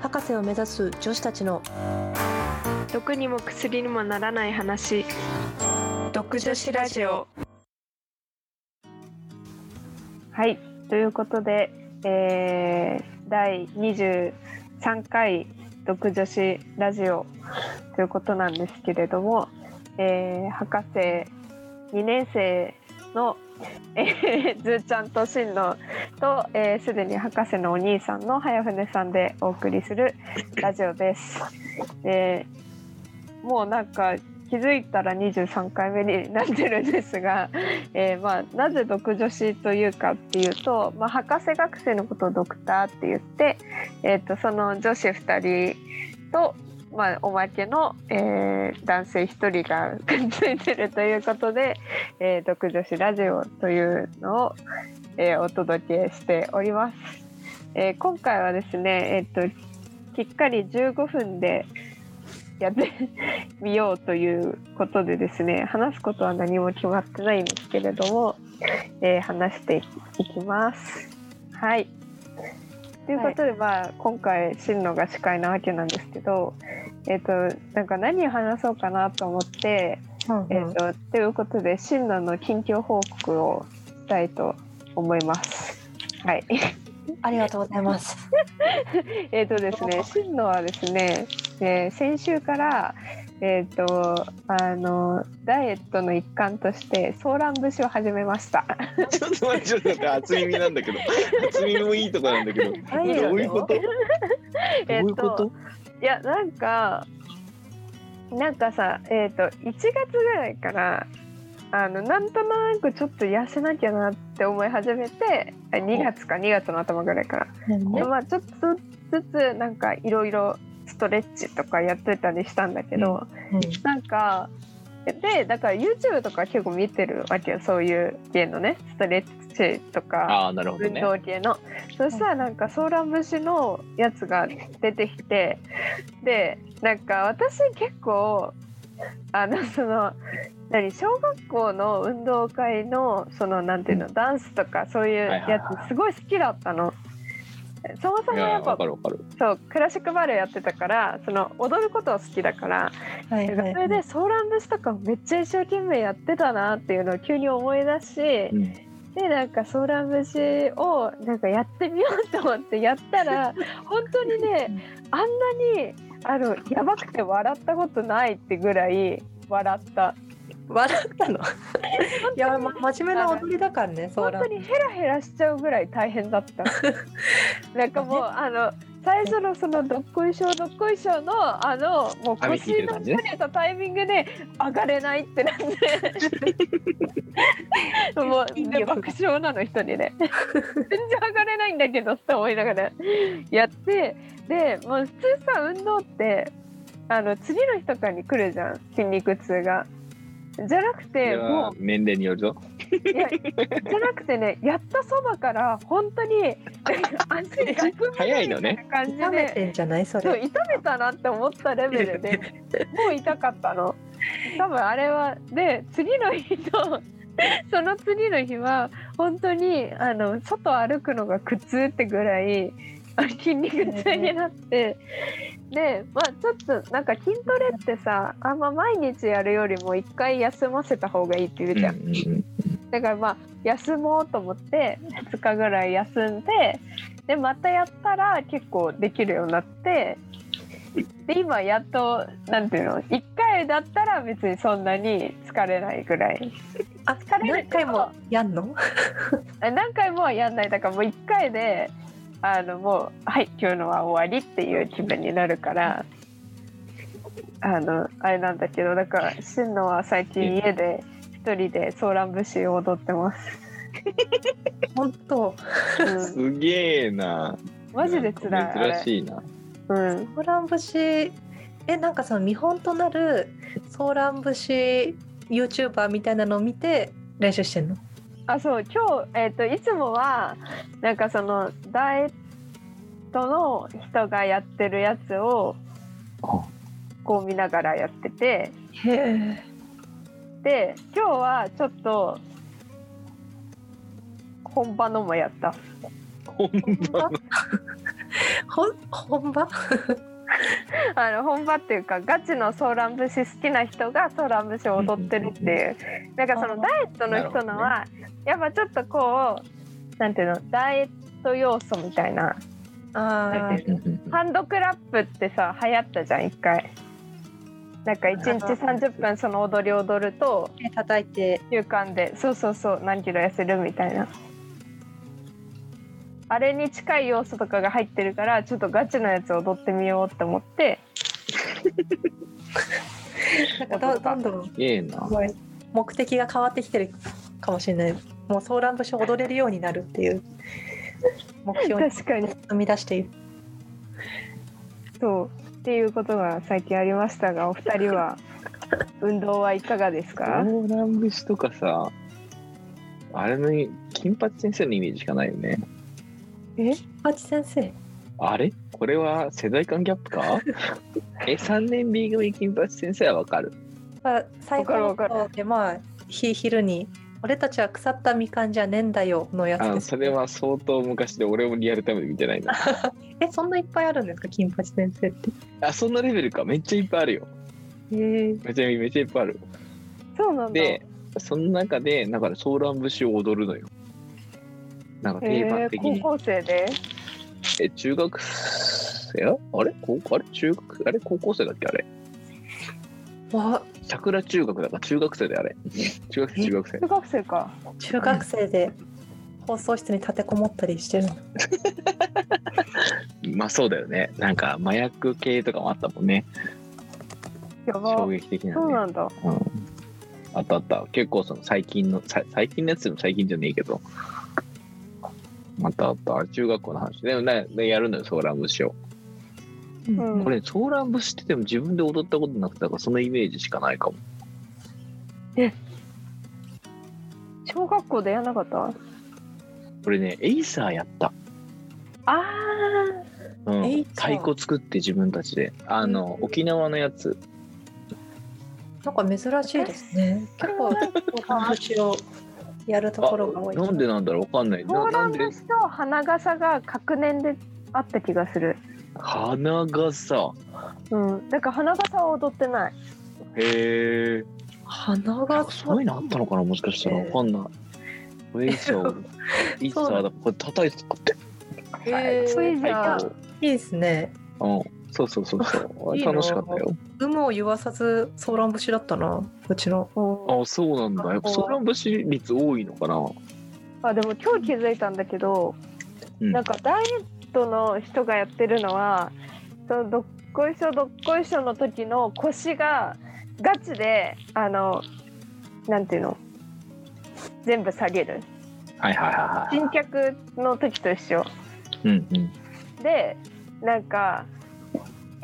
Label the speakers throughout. Speaker 1: 博士を目指す女子たちの
Speaker 2: 毒にも薬にもならない話毒女子ラジオはいということで、えー、第23回毒女子ラジオということなんですけれども、えー、博士2年生の、えー、ずーちゃんとしんのとすで、えー既に博士のお兄さんの早船さんでお送りするラジオです。でもうなんか気づいたら23回目になってるんですが、 えーまあ、なぜ毒女子というかっていうと、まあ、博士学生のことをドクターって言って、えー、とその女子2人と、まあ、おまけの、えー男性1人が くっついてるということで「えー毒女子ラジオ」というのを、えーお届けしております。えー今回はですね、えー、ときっかり15分でやって みようということでですね話すことは何も決まってないんですけれども、えー話していきます。はいということで、まあ今回真野が司会なわけなんですけど、えっとなんか何を話そうかなと思って、えっとということで真野の近況報告をしたいと思います。はい
Speaker 1: ありがとうございます。
Speaker 2: えっ、とですね、真野はですね、えー先週から、えっ、と、あの、ダイエットの一環として、ソーラン節を始めま した。
Speaker 3: ちょっと待って、ちょっと待って、初耳なんだけど、初耳もいいとこなんだけど、ど
Speaker 1: ダイエット
Speaker 3: ういうこと？どう
Speaker 2: え
Speaker 3: い
Speaker 2: っ
Speaker 3: うこと？
Speaker 2: いや、なんか、なんかさ、えっ、と、1月ぐらいから、あの、なんとなくちょっと痩せなきゃなって思い始めて、2月か2月の頭ぐらいから。でまあちょっとずつなんかいろいろストレッチとかやってたりしたんだけど、なんかでだから YouTube とか結構見てるわけよそういう系のねストレッチとか
Speaker 3: ああ、なるほど
Speaker 2: 運
Speaker 3: ね。
Speaker 2: 動系の、そしたらなんかソーラン節のやつが出てきてでなんか私結構あのその何小学校の運動会のそのなんていうの、ダンスとかそういう
Speaker 3: はいはい
Speaker 2: や
Speaker 3: は
Speaker 2: つすごい好きだったの。そもそ
Speaker 3: い
Speaker 2: もや
Speaker 3: や
Speaker 2: っぱ
Speaker 3: わかるわかる。
Speaker 2: そうクラシックバレエやってたからその踊ることは好きだから
Speaker 1: はい
Speaker 2: なんかそれでソーラン節とかめっちゃ一生懸命やってたなっていうのを急に思い出しで
Speaker 3: うん
Speaker 2: なんかソーラン節をなんかやってみようと思ってやったら本当にねあんなにあのやばくて笑ったことないってぐらい笑った
Speaker 1: 笑ったの。 いや、ま、真面目な
Speaker 2: あの
Speaker 1: 踊りだからね、ソー
Speaker 2: 本
Speaker 1: ラ
Speaker 2: 当
Speaker 1: ン。
Speaker 2: にヘラヘラしちゃうぐらい大変だったなんかもうあの最初のそのどっこいしょどっこいしょのあのもう
Speaker 3: 雨聞い
Speaker 2: 腰
Speaker 3: てる
Speaker 2: の
Speaker 3: 感
Speaker 2: ず
Speaker 3: じね
Speaker 2: れたタイミングで上がれないってなってもうで爆笑なの一人で全然上がれないんだけどって思いながらやってでもう普通さ運動ってあの次の日とかに来るじゃん筋肉痛が。じゃなく
Speaker 3: い
Speaker 2: て
Speaker 3: や
Speaker 2: もう
Speaker 3: 年齢によるぞ。
Speaker 2: いやじゃなくてねやったそばから本当に足がくみ
Speaker 3: 早いのね。
Speaker 2: 感じ
Speaker 1: 痛め
Speaker 2: で
Speaker 1: てんじゃない、そ
Speaker 2: そう
Speaker 1: れ。
Speaker 2: 痛めたなって思ったレベルでもう痛かったの多分あれはで次の日とその次の日は本当にあの外歩くのが苦痛ってぐらいあ筋肉痛になってでまあちょっとなんか筋トレってさあんま毎日やるよりも一回休ませた方がいいって言う
Speaker 3: うん
Speaker 2: じ
Speaker 3: う
Speaker 2: ゃん
Speaker 3: ん
Speaker 2: だからまあ休もうと思って2日ぐらい休んででまたやったら結構できるようになってで今やっとなんていうの1回だったら別にそんなに疲れないぐらい
Speaker 1: あ、
Speaker 2: 疲れる
Speaker 1: 何回もやんの。
Speaker 2: あ何回もはやんないだからもう1回であのもうはい今日のは終わりっていう気分になるから。あのあれなんだけどだから真のは最近家で一人でソーラン節を踊ってます。
Speaker 1: 本当。
Speaker 2: う
Speaker 3: うん
Speaker 2: ん
Speaker 3: すげえな。
Speaker 2: マジで辛いあ
Speaker 3: なんか
Speaker 2: れ。
Speaker 3: 珍しいな。
Speaker 2: うん。
Speaker 1: ソーラン節。え、なんかその見本となる。ソーラン節。ユーチューバーみたいなのを見て。練習してんの。
Speaker 2: あ、そう、今日、えっ、と、いつもは、なんかその、ダイエットの人がやってるやつを、こう見ながらやってて、
Speaker 1: へえ。
Speaker 2: で、今日はちょっと、本場のもやった。
Speaker 3: 本場の
Speaker 1: ほん本場
Speaker 2: あの本場っていうかガチのソーラン節好きな人がソーラン節を踊ってるっていうなんかそのダイエットの人のは、やっぱちょっとこうなんていうのダイエット要素みたいな
Speaker 1: あ あ
Speaker 3: うんうん
Speaker 2: ハンドクラップってさ流行ったじゃん一回なんか1日30分その踊り踊ると
Speaker 1: 手叩いて
Speaker 2: 休館でそうそうそう何キロ痩せるみたいなあれに近い要素とかが入ってるからちょっとガチのやつ踊ってみようって思って
Speaker 1: なんかどどんどん
Speaker 3: すげえな。
Speaker 1: 目的が変わってきてるかもしれないもうソーラン節を踊れるようになるっていう目標に
Speaker 2: 確かに
Speaker 1: 生み出している
Speaker 2: そうっていうことが最近ありましたがお二人は運動はいかがです
Speaker 3: ソ
Speaker 2: か
Speaker 3: ーラン節とかさ、あれの金八先生のイメージしかないよね。
Speaker 1: 八先生
Speaker 3: あれこれは世代間ギャップか え、3年 B 組金八先生はわかる。
Speaker 1: は最後の
Speaker 2: わかる
Speaker 1: 方でまあひ昼に「俺たちは腐ったみかんじゃねえんだよ」のやつ
Speaker 3: あ
Speaker 1: で
Speaker 3: の
Speaker 1: す
Speaker 3: それは相当昔で俺もリアルタイムで見てないな。
Speaker 1: えそんないっぱいあるんですか金八先生って
Speaker 3: あ、そんなレベルか。めっちゃいっぱいあるよ。
Speaker 1: えー、
Speaker 3: めちゃめちゃめちゃいっぱいある。
Speaker 2: そうなんだ
Speaker 3: で、その中で、なんかねソーラン節を踊るのよ。なんか定番
Speaker 2: え
Speaker 3: 的
Speaker 2: 高
Speaker 3: に。
Speaker 2: 校生で
Speaker 3: え、中学生あれ高校あれ中学あれ高校生だっけあれ
Speaker 1: わ
Speaker 3: 桜中学だから中学生であれ。中学生、
Speaker 1: え
Speaker 3: 中学生。
Speaker 2: 中学生か
Speaker 1: 中学生で放送室に立てこもったりしてるの
Speaker 3: まあそうだよね。なんか麻薬系とかもあったもんね。
Speaker 2: やば
Speaker 3: 衝撃的な
Speaker 2: そう
Speaker 3: ね。
Speaker 2: なんだ
Speaker 3: うんあったあった。結構その最近の、さ最近のやつでも最近じゃねえけど。またあった。中学校の話。でもね、でやるのよ、ソーラン節を。
Speaker 2: ん
Speaker 3: これ、ソーラン節ってでも自分で踊ったことなくて、だからそのイメージしかないかも。
Speaker 2: 小学校でやんなかった
Speaker 3: これね、エイサーやった。
Speaker 2: あ
Speaker 3: う
Speaker 1: エ
Speaker 3: ん
Speaker 1: イ。サー
Speaker 3: 太鼓作って自分たちで。あの、
Speaker 2: うん
Speaker 3: 沖縄のやつ。
Speaker 1: なんか珍しいですね結構私をやるところが多い
Speaker 3: なんでなんだろうわかんない。
Speaker 2: ーソ
Speaker 3: な
Speaker 2: ー
Speaker 3: な
Speaker 2: ラ
Speaker 3: ん
Speaker 2: ン
Speaker 3: で
Speaker 2: 節と花笠が隔年であった気がする
Speaker 3: 花がさ。
Speaker 2: うんだから花笠は踊ってない
Speaker 3: へえ。
Speaker 1: 鼻
Speaker 3: なん
Speaker 1: が
Speaker 3: かそういうのあったのかなもしかしたらわかんない。エイサ ー、エイサーだ。これ叩いて作って。
Speaker 1: えー
Speaker 2: そういうじゃ
Speaker 3: は
Speaker 2: ん
Speaker 3: い
Speaker 1: いいですね
Speaker 3: うん。そうそうそうそう。
Speaker 1: いいな
Speaker 3: 楽しかったよ。
Speaker 1: 有無を言わさずソーラン節だったなうちの
Speaker 2: うん
Speaker 3: あ、そうなんだ。やっぱソーラン節率多いのかな。
Speaker 2: あでも今日気づいたんだけど、
Speaker 3: うん
Speaker 2: なんかダイエットの人がやってるのはそのどっこいしょどっこいしょの時の腰がガチであのなんていうの全部下げる
Speaker 3: はいはいは
Speaker 2: 新脚の時と一緒
Speaker 3: い。うんうん。
Speaker 2: でなんか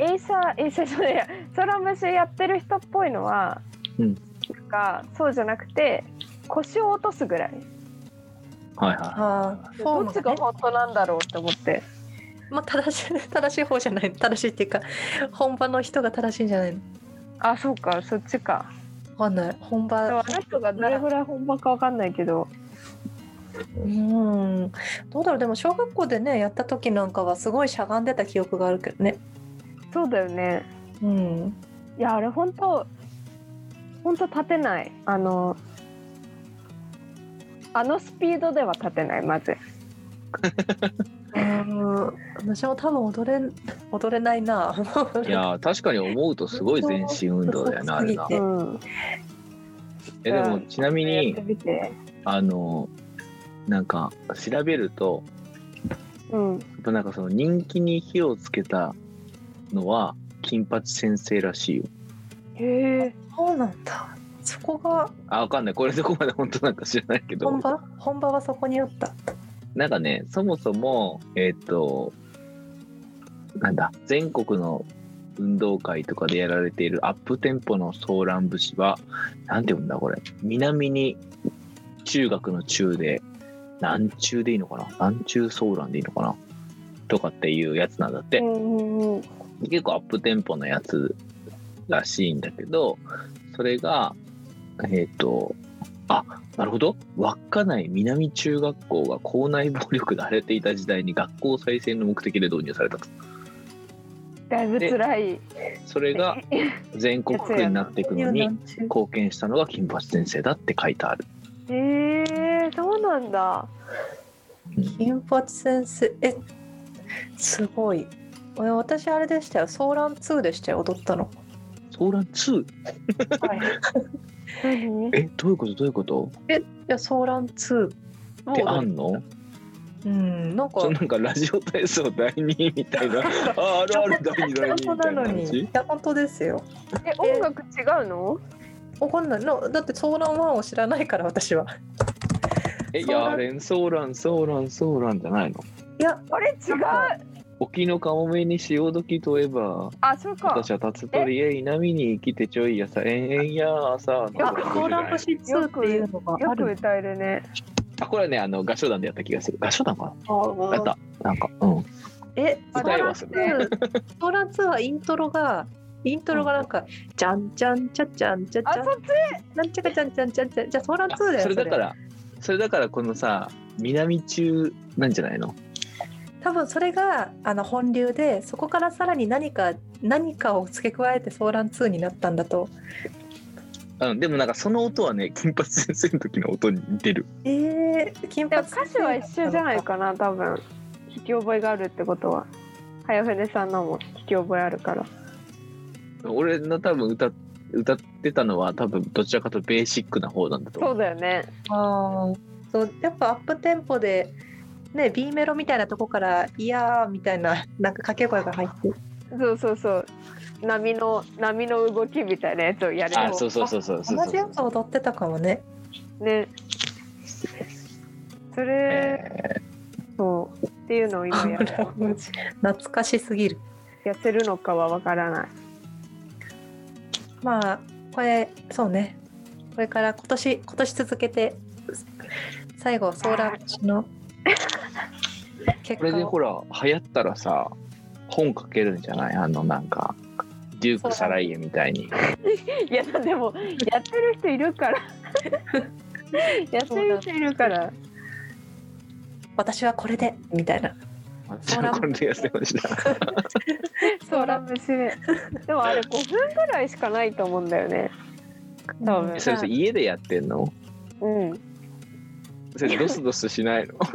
Speaker 2: エイサーエイサーじゃないやソラムシやってる人っぽいのは、
Speaker 3: うん
Speaker 2: なんかそうじゃなくて腰を落とすぐらい
Speaker 3: はいは
Speaker 1: ああフ
Speaker 2: ど
Speaker 1: ォ
Speaker 2: っ
Speaker 1: ー
Speaker 2: ち
Speaker 1: ムが
Speaker 2: が
Speaker 1: ね
Speaker 2: 本当なんだろうって思って。
Speaker 1: まあ正しい 正しい方じゃない正しいっていうか本場の人が正しいんじゃないの
Speaker 2: あそうかそっちか
Speaker 1: わかんない本
Speaker 2: でも
Speaker 1: 場
Speaker 2: あの人がどれぐらい本場かわかんないけど
Speaker 1: うんどうだろうでも小学校でねやった時なんかはすごいしゃがんでた記憶があるけどね
Speaker 2: そうだよね
Speaker 1: うん
Speaker 2: いやあれ本当本当立てないあのあのスピードでは立てないまず
Speaker 1: うん私も多分踊れん踊れないな。
Speaker 3: い。いやー確かに思うとすごい全身運動だよなあれな
Speaker 1: え。
Speaker 2: うん
Speaker 3: えでもちなみ
Speaker 2: やっ
Speaker 3: に
Speaker 2: てみて
Speaker 3: あのなんか調べると
Speaker 2: うん
Speaker 3: やっぱなんかその人気に火をつけたのは金八先生らしいよ。
Speaker 2: へえ
Speaker 1: そうなんだ。そこが
Speaker 3: あ、わかんない。これどこまで本当なんか知らないけど
Speaker 1: 本。場本場はそこにあった。
Speaker 3: なんかね、そもそも、えっ、と、なんだ、全国の運動会とかでやられているアップテンポのソーラン節は、なんて読うんだこれ。南に中学の中で、南中でいいのかな南中ソーランでいいのかなとかっていうやつなんだって
Speaker 2: う。んうん
Speaker 3: 結構アップテンポのやつらしいんだけどそれがえっ、となるほど稚内南中学校が校内暴力で荒れていた時代に学校再生の目的で導入されたと
Speaker 2: だいぶ辛い
Speaker 3: そ れが全国区になっていくのに
Speaker 1: 南中
Speaker 3: 貢献したのが金八先生だって書いてある
Speaker 2: えー、そうなんだ
Speaker 1: 金八先生えすごいえ私あれでしたよ「ソーラン2」でしたよ踊ったの
Speaker 3: ソーラン2
Speaker 2: はい 何
Speaker 3: えどういうことどういうこと
Speaker 1: いや「ソーラン2」も
Speaker 3: ってあ
Speaker 1: う、
Speaker 3: んの
Speaker 1: うん、なんか
Speaker 3: そうなんかラジオ体操第2みたい なああるある第2第2み
Speaker 1: 本
Speaker 3: た
Speaker 1: 当
Speaker 3: い
Speaker 1: な
Speaker 3: な
Speaker 1: の
Speaker 3: 感
Speaker 1: にい
Speaker 3: じ
Speaker 1: や本当ですよ
Speaker 2: え音楽違うの
Speaker 1: わかんないのだって「ソーラン1」を知らないから私は
Speaker 3: え
Speaker 1: ソーラン
Speaker 3: やーれんソーランソーランソーランじゃないの
Speaker 1: いや
Speaker 2: あれ違う
Speaker 3: 沖のかもめに潮時といえば
Speaker 2: あそうか
Speaker 3: 私は立つ鳥へ稲見に生きてちょいやさえんえんやーさ
Speaker 1: あ
Speaker 2: よ
Speaker 1: 「
Speaker 2: く
Speaker 1: ソーラン節2」っていうのが
Speaker 2: よ
Speaker 1: あ
Speaker 2: く
Speaker 1: る
Speaker 2: 歌えるね
Speaker 3: あこれはねあの合唱団でやった気がする合唱団か
Speaker 2: あ
Speaker 3: なやったなんかうん
Speaker 1: えソ
Speaker 3: 歌
Speaker 1: ー
Speaker 3: え
Speaker 1: ラン
Speaker 3: は
Speaker 1: 2
Speaker 3: する
Speaker 1: ソーラン2はイントロがイントロがなんか「じゃんじゃんちゃちゃんちゃち
Speaker 2: あ
Speaker 1: ゃ
Speaker 2: そ
Speaker 1: ん
Speaker 2: っ
Speaker 1: なんちゃかちゃんちゃんちゃんちゃん」じゃあソーラン2だよ
Speaker 3: それだからそれだからこのさ南中なんじゃないの
Speaker 1: 多分それがあの本流でそこからさらに何か何かを付け加えて「ソーラン2」になったんだと
Speaker 3: うんでもなんかその音はね 金八先生の時の音に似てる
Speaker 1: えー、金
Speaker 2: ちでも
Speaker 1: 髪
Speaker 2: 歌詞は一緒じゃないかな多分聞き覚えがあるってことは早船さんのも聞き覚えあるから
Speaker 3: 俺の多分歌歌ってたのは多分どちらかというとベーシックな方なんだと思う
Speaker 2: そうだよね
Speaker 1: あーそうやっぱアップテンポで、ね、B メロみたいなとこから「いやー」みたいな なんか掛け声が入って
Speaker 2: そうそうそう波の波の動きみたいなやつをやる
Speaker 3: あそうそうそうそうそう
Speaker 1: 同じ
Speaker 3: そ
Speaker 1: や
Speaker 3: う
Speaker 1: つ踊ってたかもね
Speaker 2: ねそれ、
Speaker 3: え
Speaker 2: そうっていうのを今やる
Speaker 1: ソーラン節懐かしすぎる
Speaker 2: やってるのかはわからない
Speaker 1: まあこれそうねこれから今年今年続けて最後ソーラン節の
Speaker 3: ー
Speaker 1: 結
Speaker 3: これで
Speaker 1: 果を
Speaker 3: ほら流行ったらさ本書けるんじゃないあのなんかデューク・サライエみたいに
Speaker 2: いやでもやってる人いる からやってる人いるから
Speaker 1: 私はこれでみたいな
Speaker 3: 私は これで痩せました
Speaker 2: そうラムシねでもあれ5分ぐらいしかないと思うんだよね多分
Speaker 3: それさ家でやってんの
Speaker 2: うん
Speaker 3: それドスドスしないの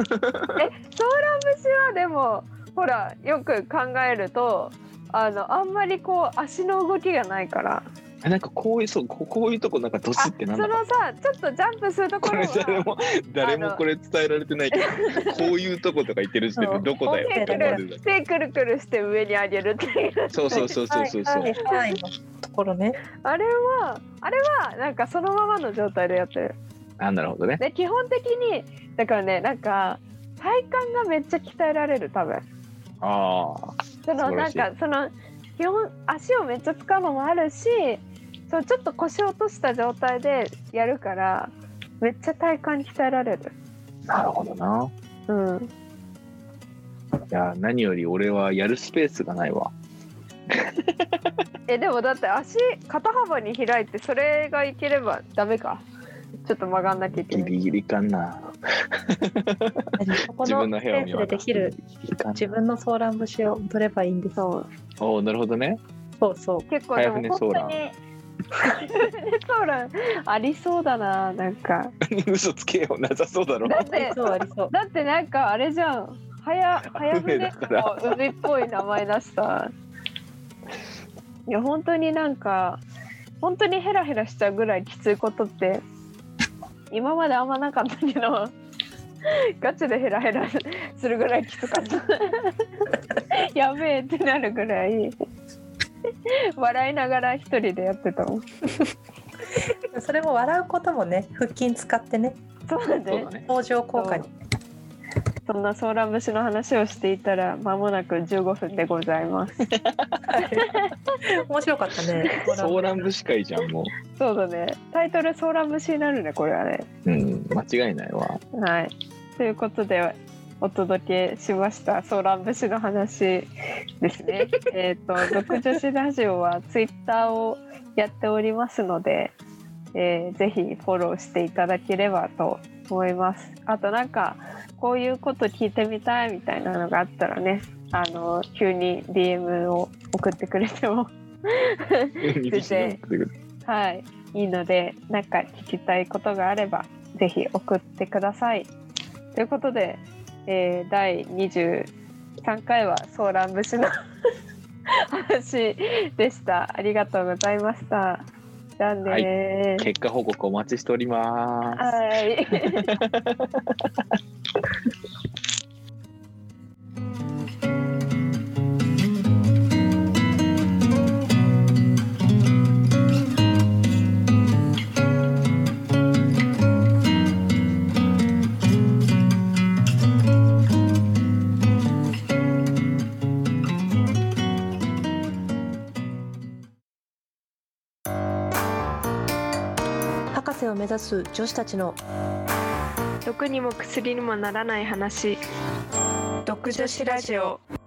Speaker 2: 私はでもほらよく考えるとあのあんまりこう足の動きがないから
Speaker 3: あなんかこういうそうここういうとこなんかドス
Speaker 2: あ
Speaker 3: っ
Speaker 2: そ
Speaker 3: て
Speaker 2: の
Speaker 3: なんだか
Speaker 2: さちょっとジャンプするとこ
Speaker 3: こ
Speaker 2: ろ
Speaker 3: れ誰
Speaker 2: は
Speaker 3: も誰
Speaker 2: あ
Speaker 3: も
Speaker 2: の
Speaker 3: これ伝えられてないけどこういうとことか言ってる時点でどこだよ
Speaker 1: そう
Speaker 3: って思われる
Speaker 2: 手くるくるして上に上げるっていう
Speaker 3: そうそうそうそうそうそう、
Speaker 1: はいはいはいのところね
Speaker 2: あれはあれはなんかそのままの状態でやってる
Speaker 3: あなるほどね
Speaker 2: で基本的にだからねなんか体幹がめっちゃ鍛えられる多分
Speaker 3: ああ
Speaker 2: その
Speaker 3: 素
Speaker 2: な
Speaker 3: 晴ら
Speaker 2: ん
Speaker 3: しい
Speaker 2: かその基本足をめっちゃ使うのもあるしそうちょっと腰を落とした状態でやるからめっちゃ体幹鍛えられる
Speaker 3: なるほどな
Speaker 2: うん
Speaker 3: いや何より俺はやるスペースがないわ
Speaker 2: えでもだって足肩幅に開いてそれがいければダメかちょっと曲がんなきゃいけ
Speaker 3: ギ
Speaker 2: ない
Speaker 3: リギリかな
Speaker 1: ここ
Speaker 3: 自分の
Speaker 1: の
Speaker 3: 部屋
Speaker 1: ペ
Speaker 3: を見
Speaker 1: ースでできる自分のソーラン節を取ればいいんです
Speaker 2: そう
Speaker 3: おおなるほどね
Speaker 1: そうそう
Speaker 2: 結構でも
Speaker 3: 早船
Speaker 2: 本当
Speaker 3: ソー
Speaker 2: に
Speaker 3: ラン
Speaker 2: 早船ソーランありそうだななんか
Speaker 3: 嘘つけよなさそうだろ
Speaker 2: だって
Speaker 1: そうありそう
Speaker 2: だってなんかあれじゃん早早船
Speaker 3: だから
Speaker 2: の海っぽい名前出したいや本当になんか本当にヘラヘラしちゃうぐらいきついことって今まであんまなかったけど ガチでヘラヘラ するぐらいきつかった やべえってなるぐらい笑いながら一人でやってたもん
Speaker 1: それも笑うこともね腹筋使ってね
Speaker 2: そうだ
Speaker 3: そう
Speaker 2: ね
Speaker 3: だね
Speaker 1: 相乗効果に
Speaker 2: そんなソーラン節の話をしていたら間もなく15分でございます
Speaker 1: 面白かったね
Speaker 3: ソーラン節会じゃんも
Speaker 2: そうだね。タイトルソーラン節になるね、これはね。
Speaker 3: ううん間違いないわ
Speaker 2: はい。ということで、お届けしました、ソーラン節の話ですね。えっと、独女子ラジオはツイッターをやっておりますので、えーぜひフォローしていただければと思います。あとなんかこういうこと聞いてみたいみたいなのがあったらねあの急に DM を送ってくれても はいいいのでなんか聞きたいことがあればぜひ送ってください。ということで、えー、第23回はソーラン節の話でした。ありがとうございました。じゃあねー。
Speaker 3: 結果報告お待ちしております。
Speaker 2: はい。
Speaker 1: 博士を目指す女子たちの
Speaker 2: 毒にも薬にもならない話。
Speaker 1: 毒
Speaker 2: 女子ラジオ。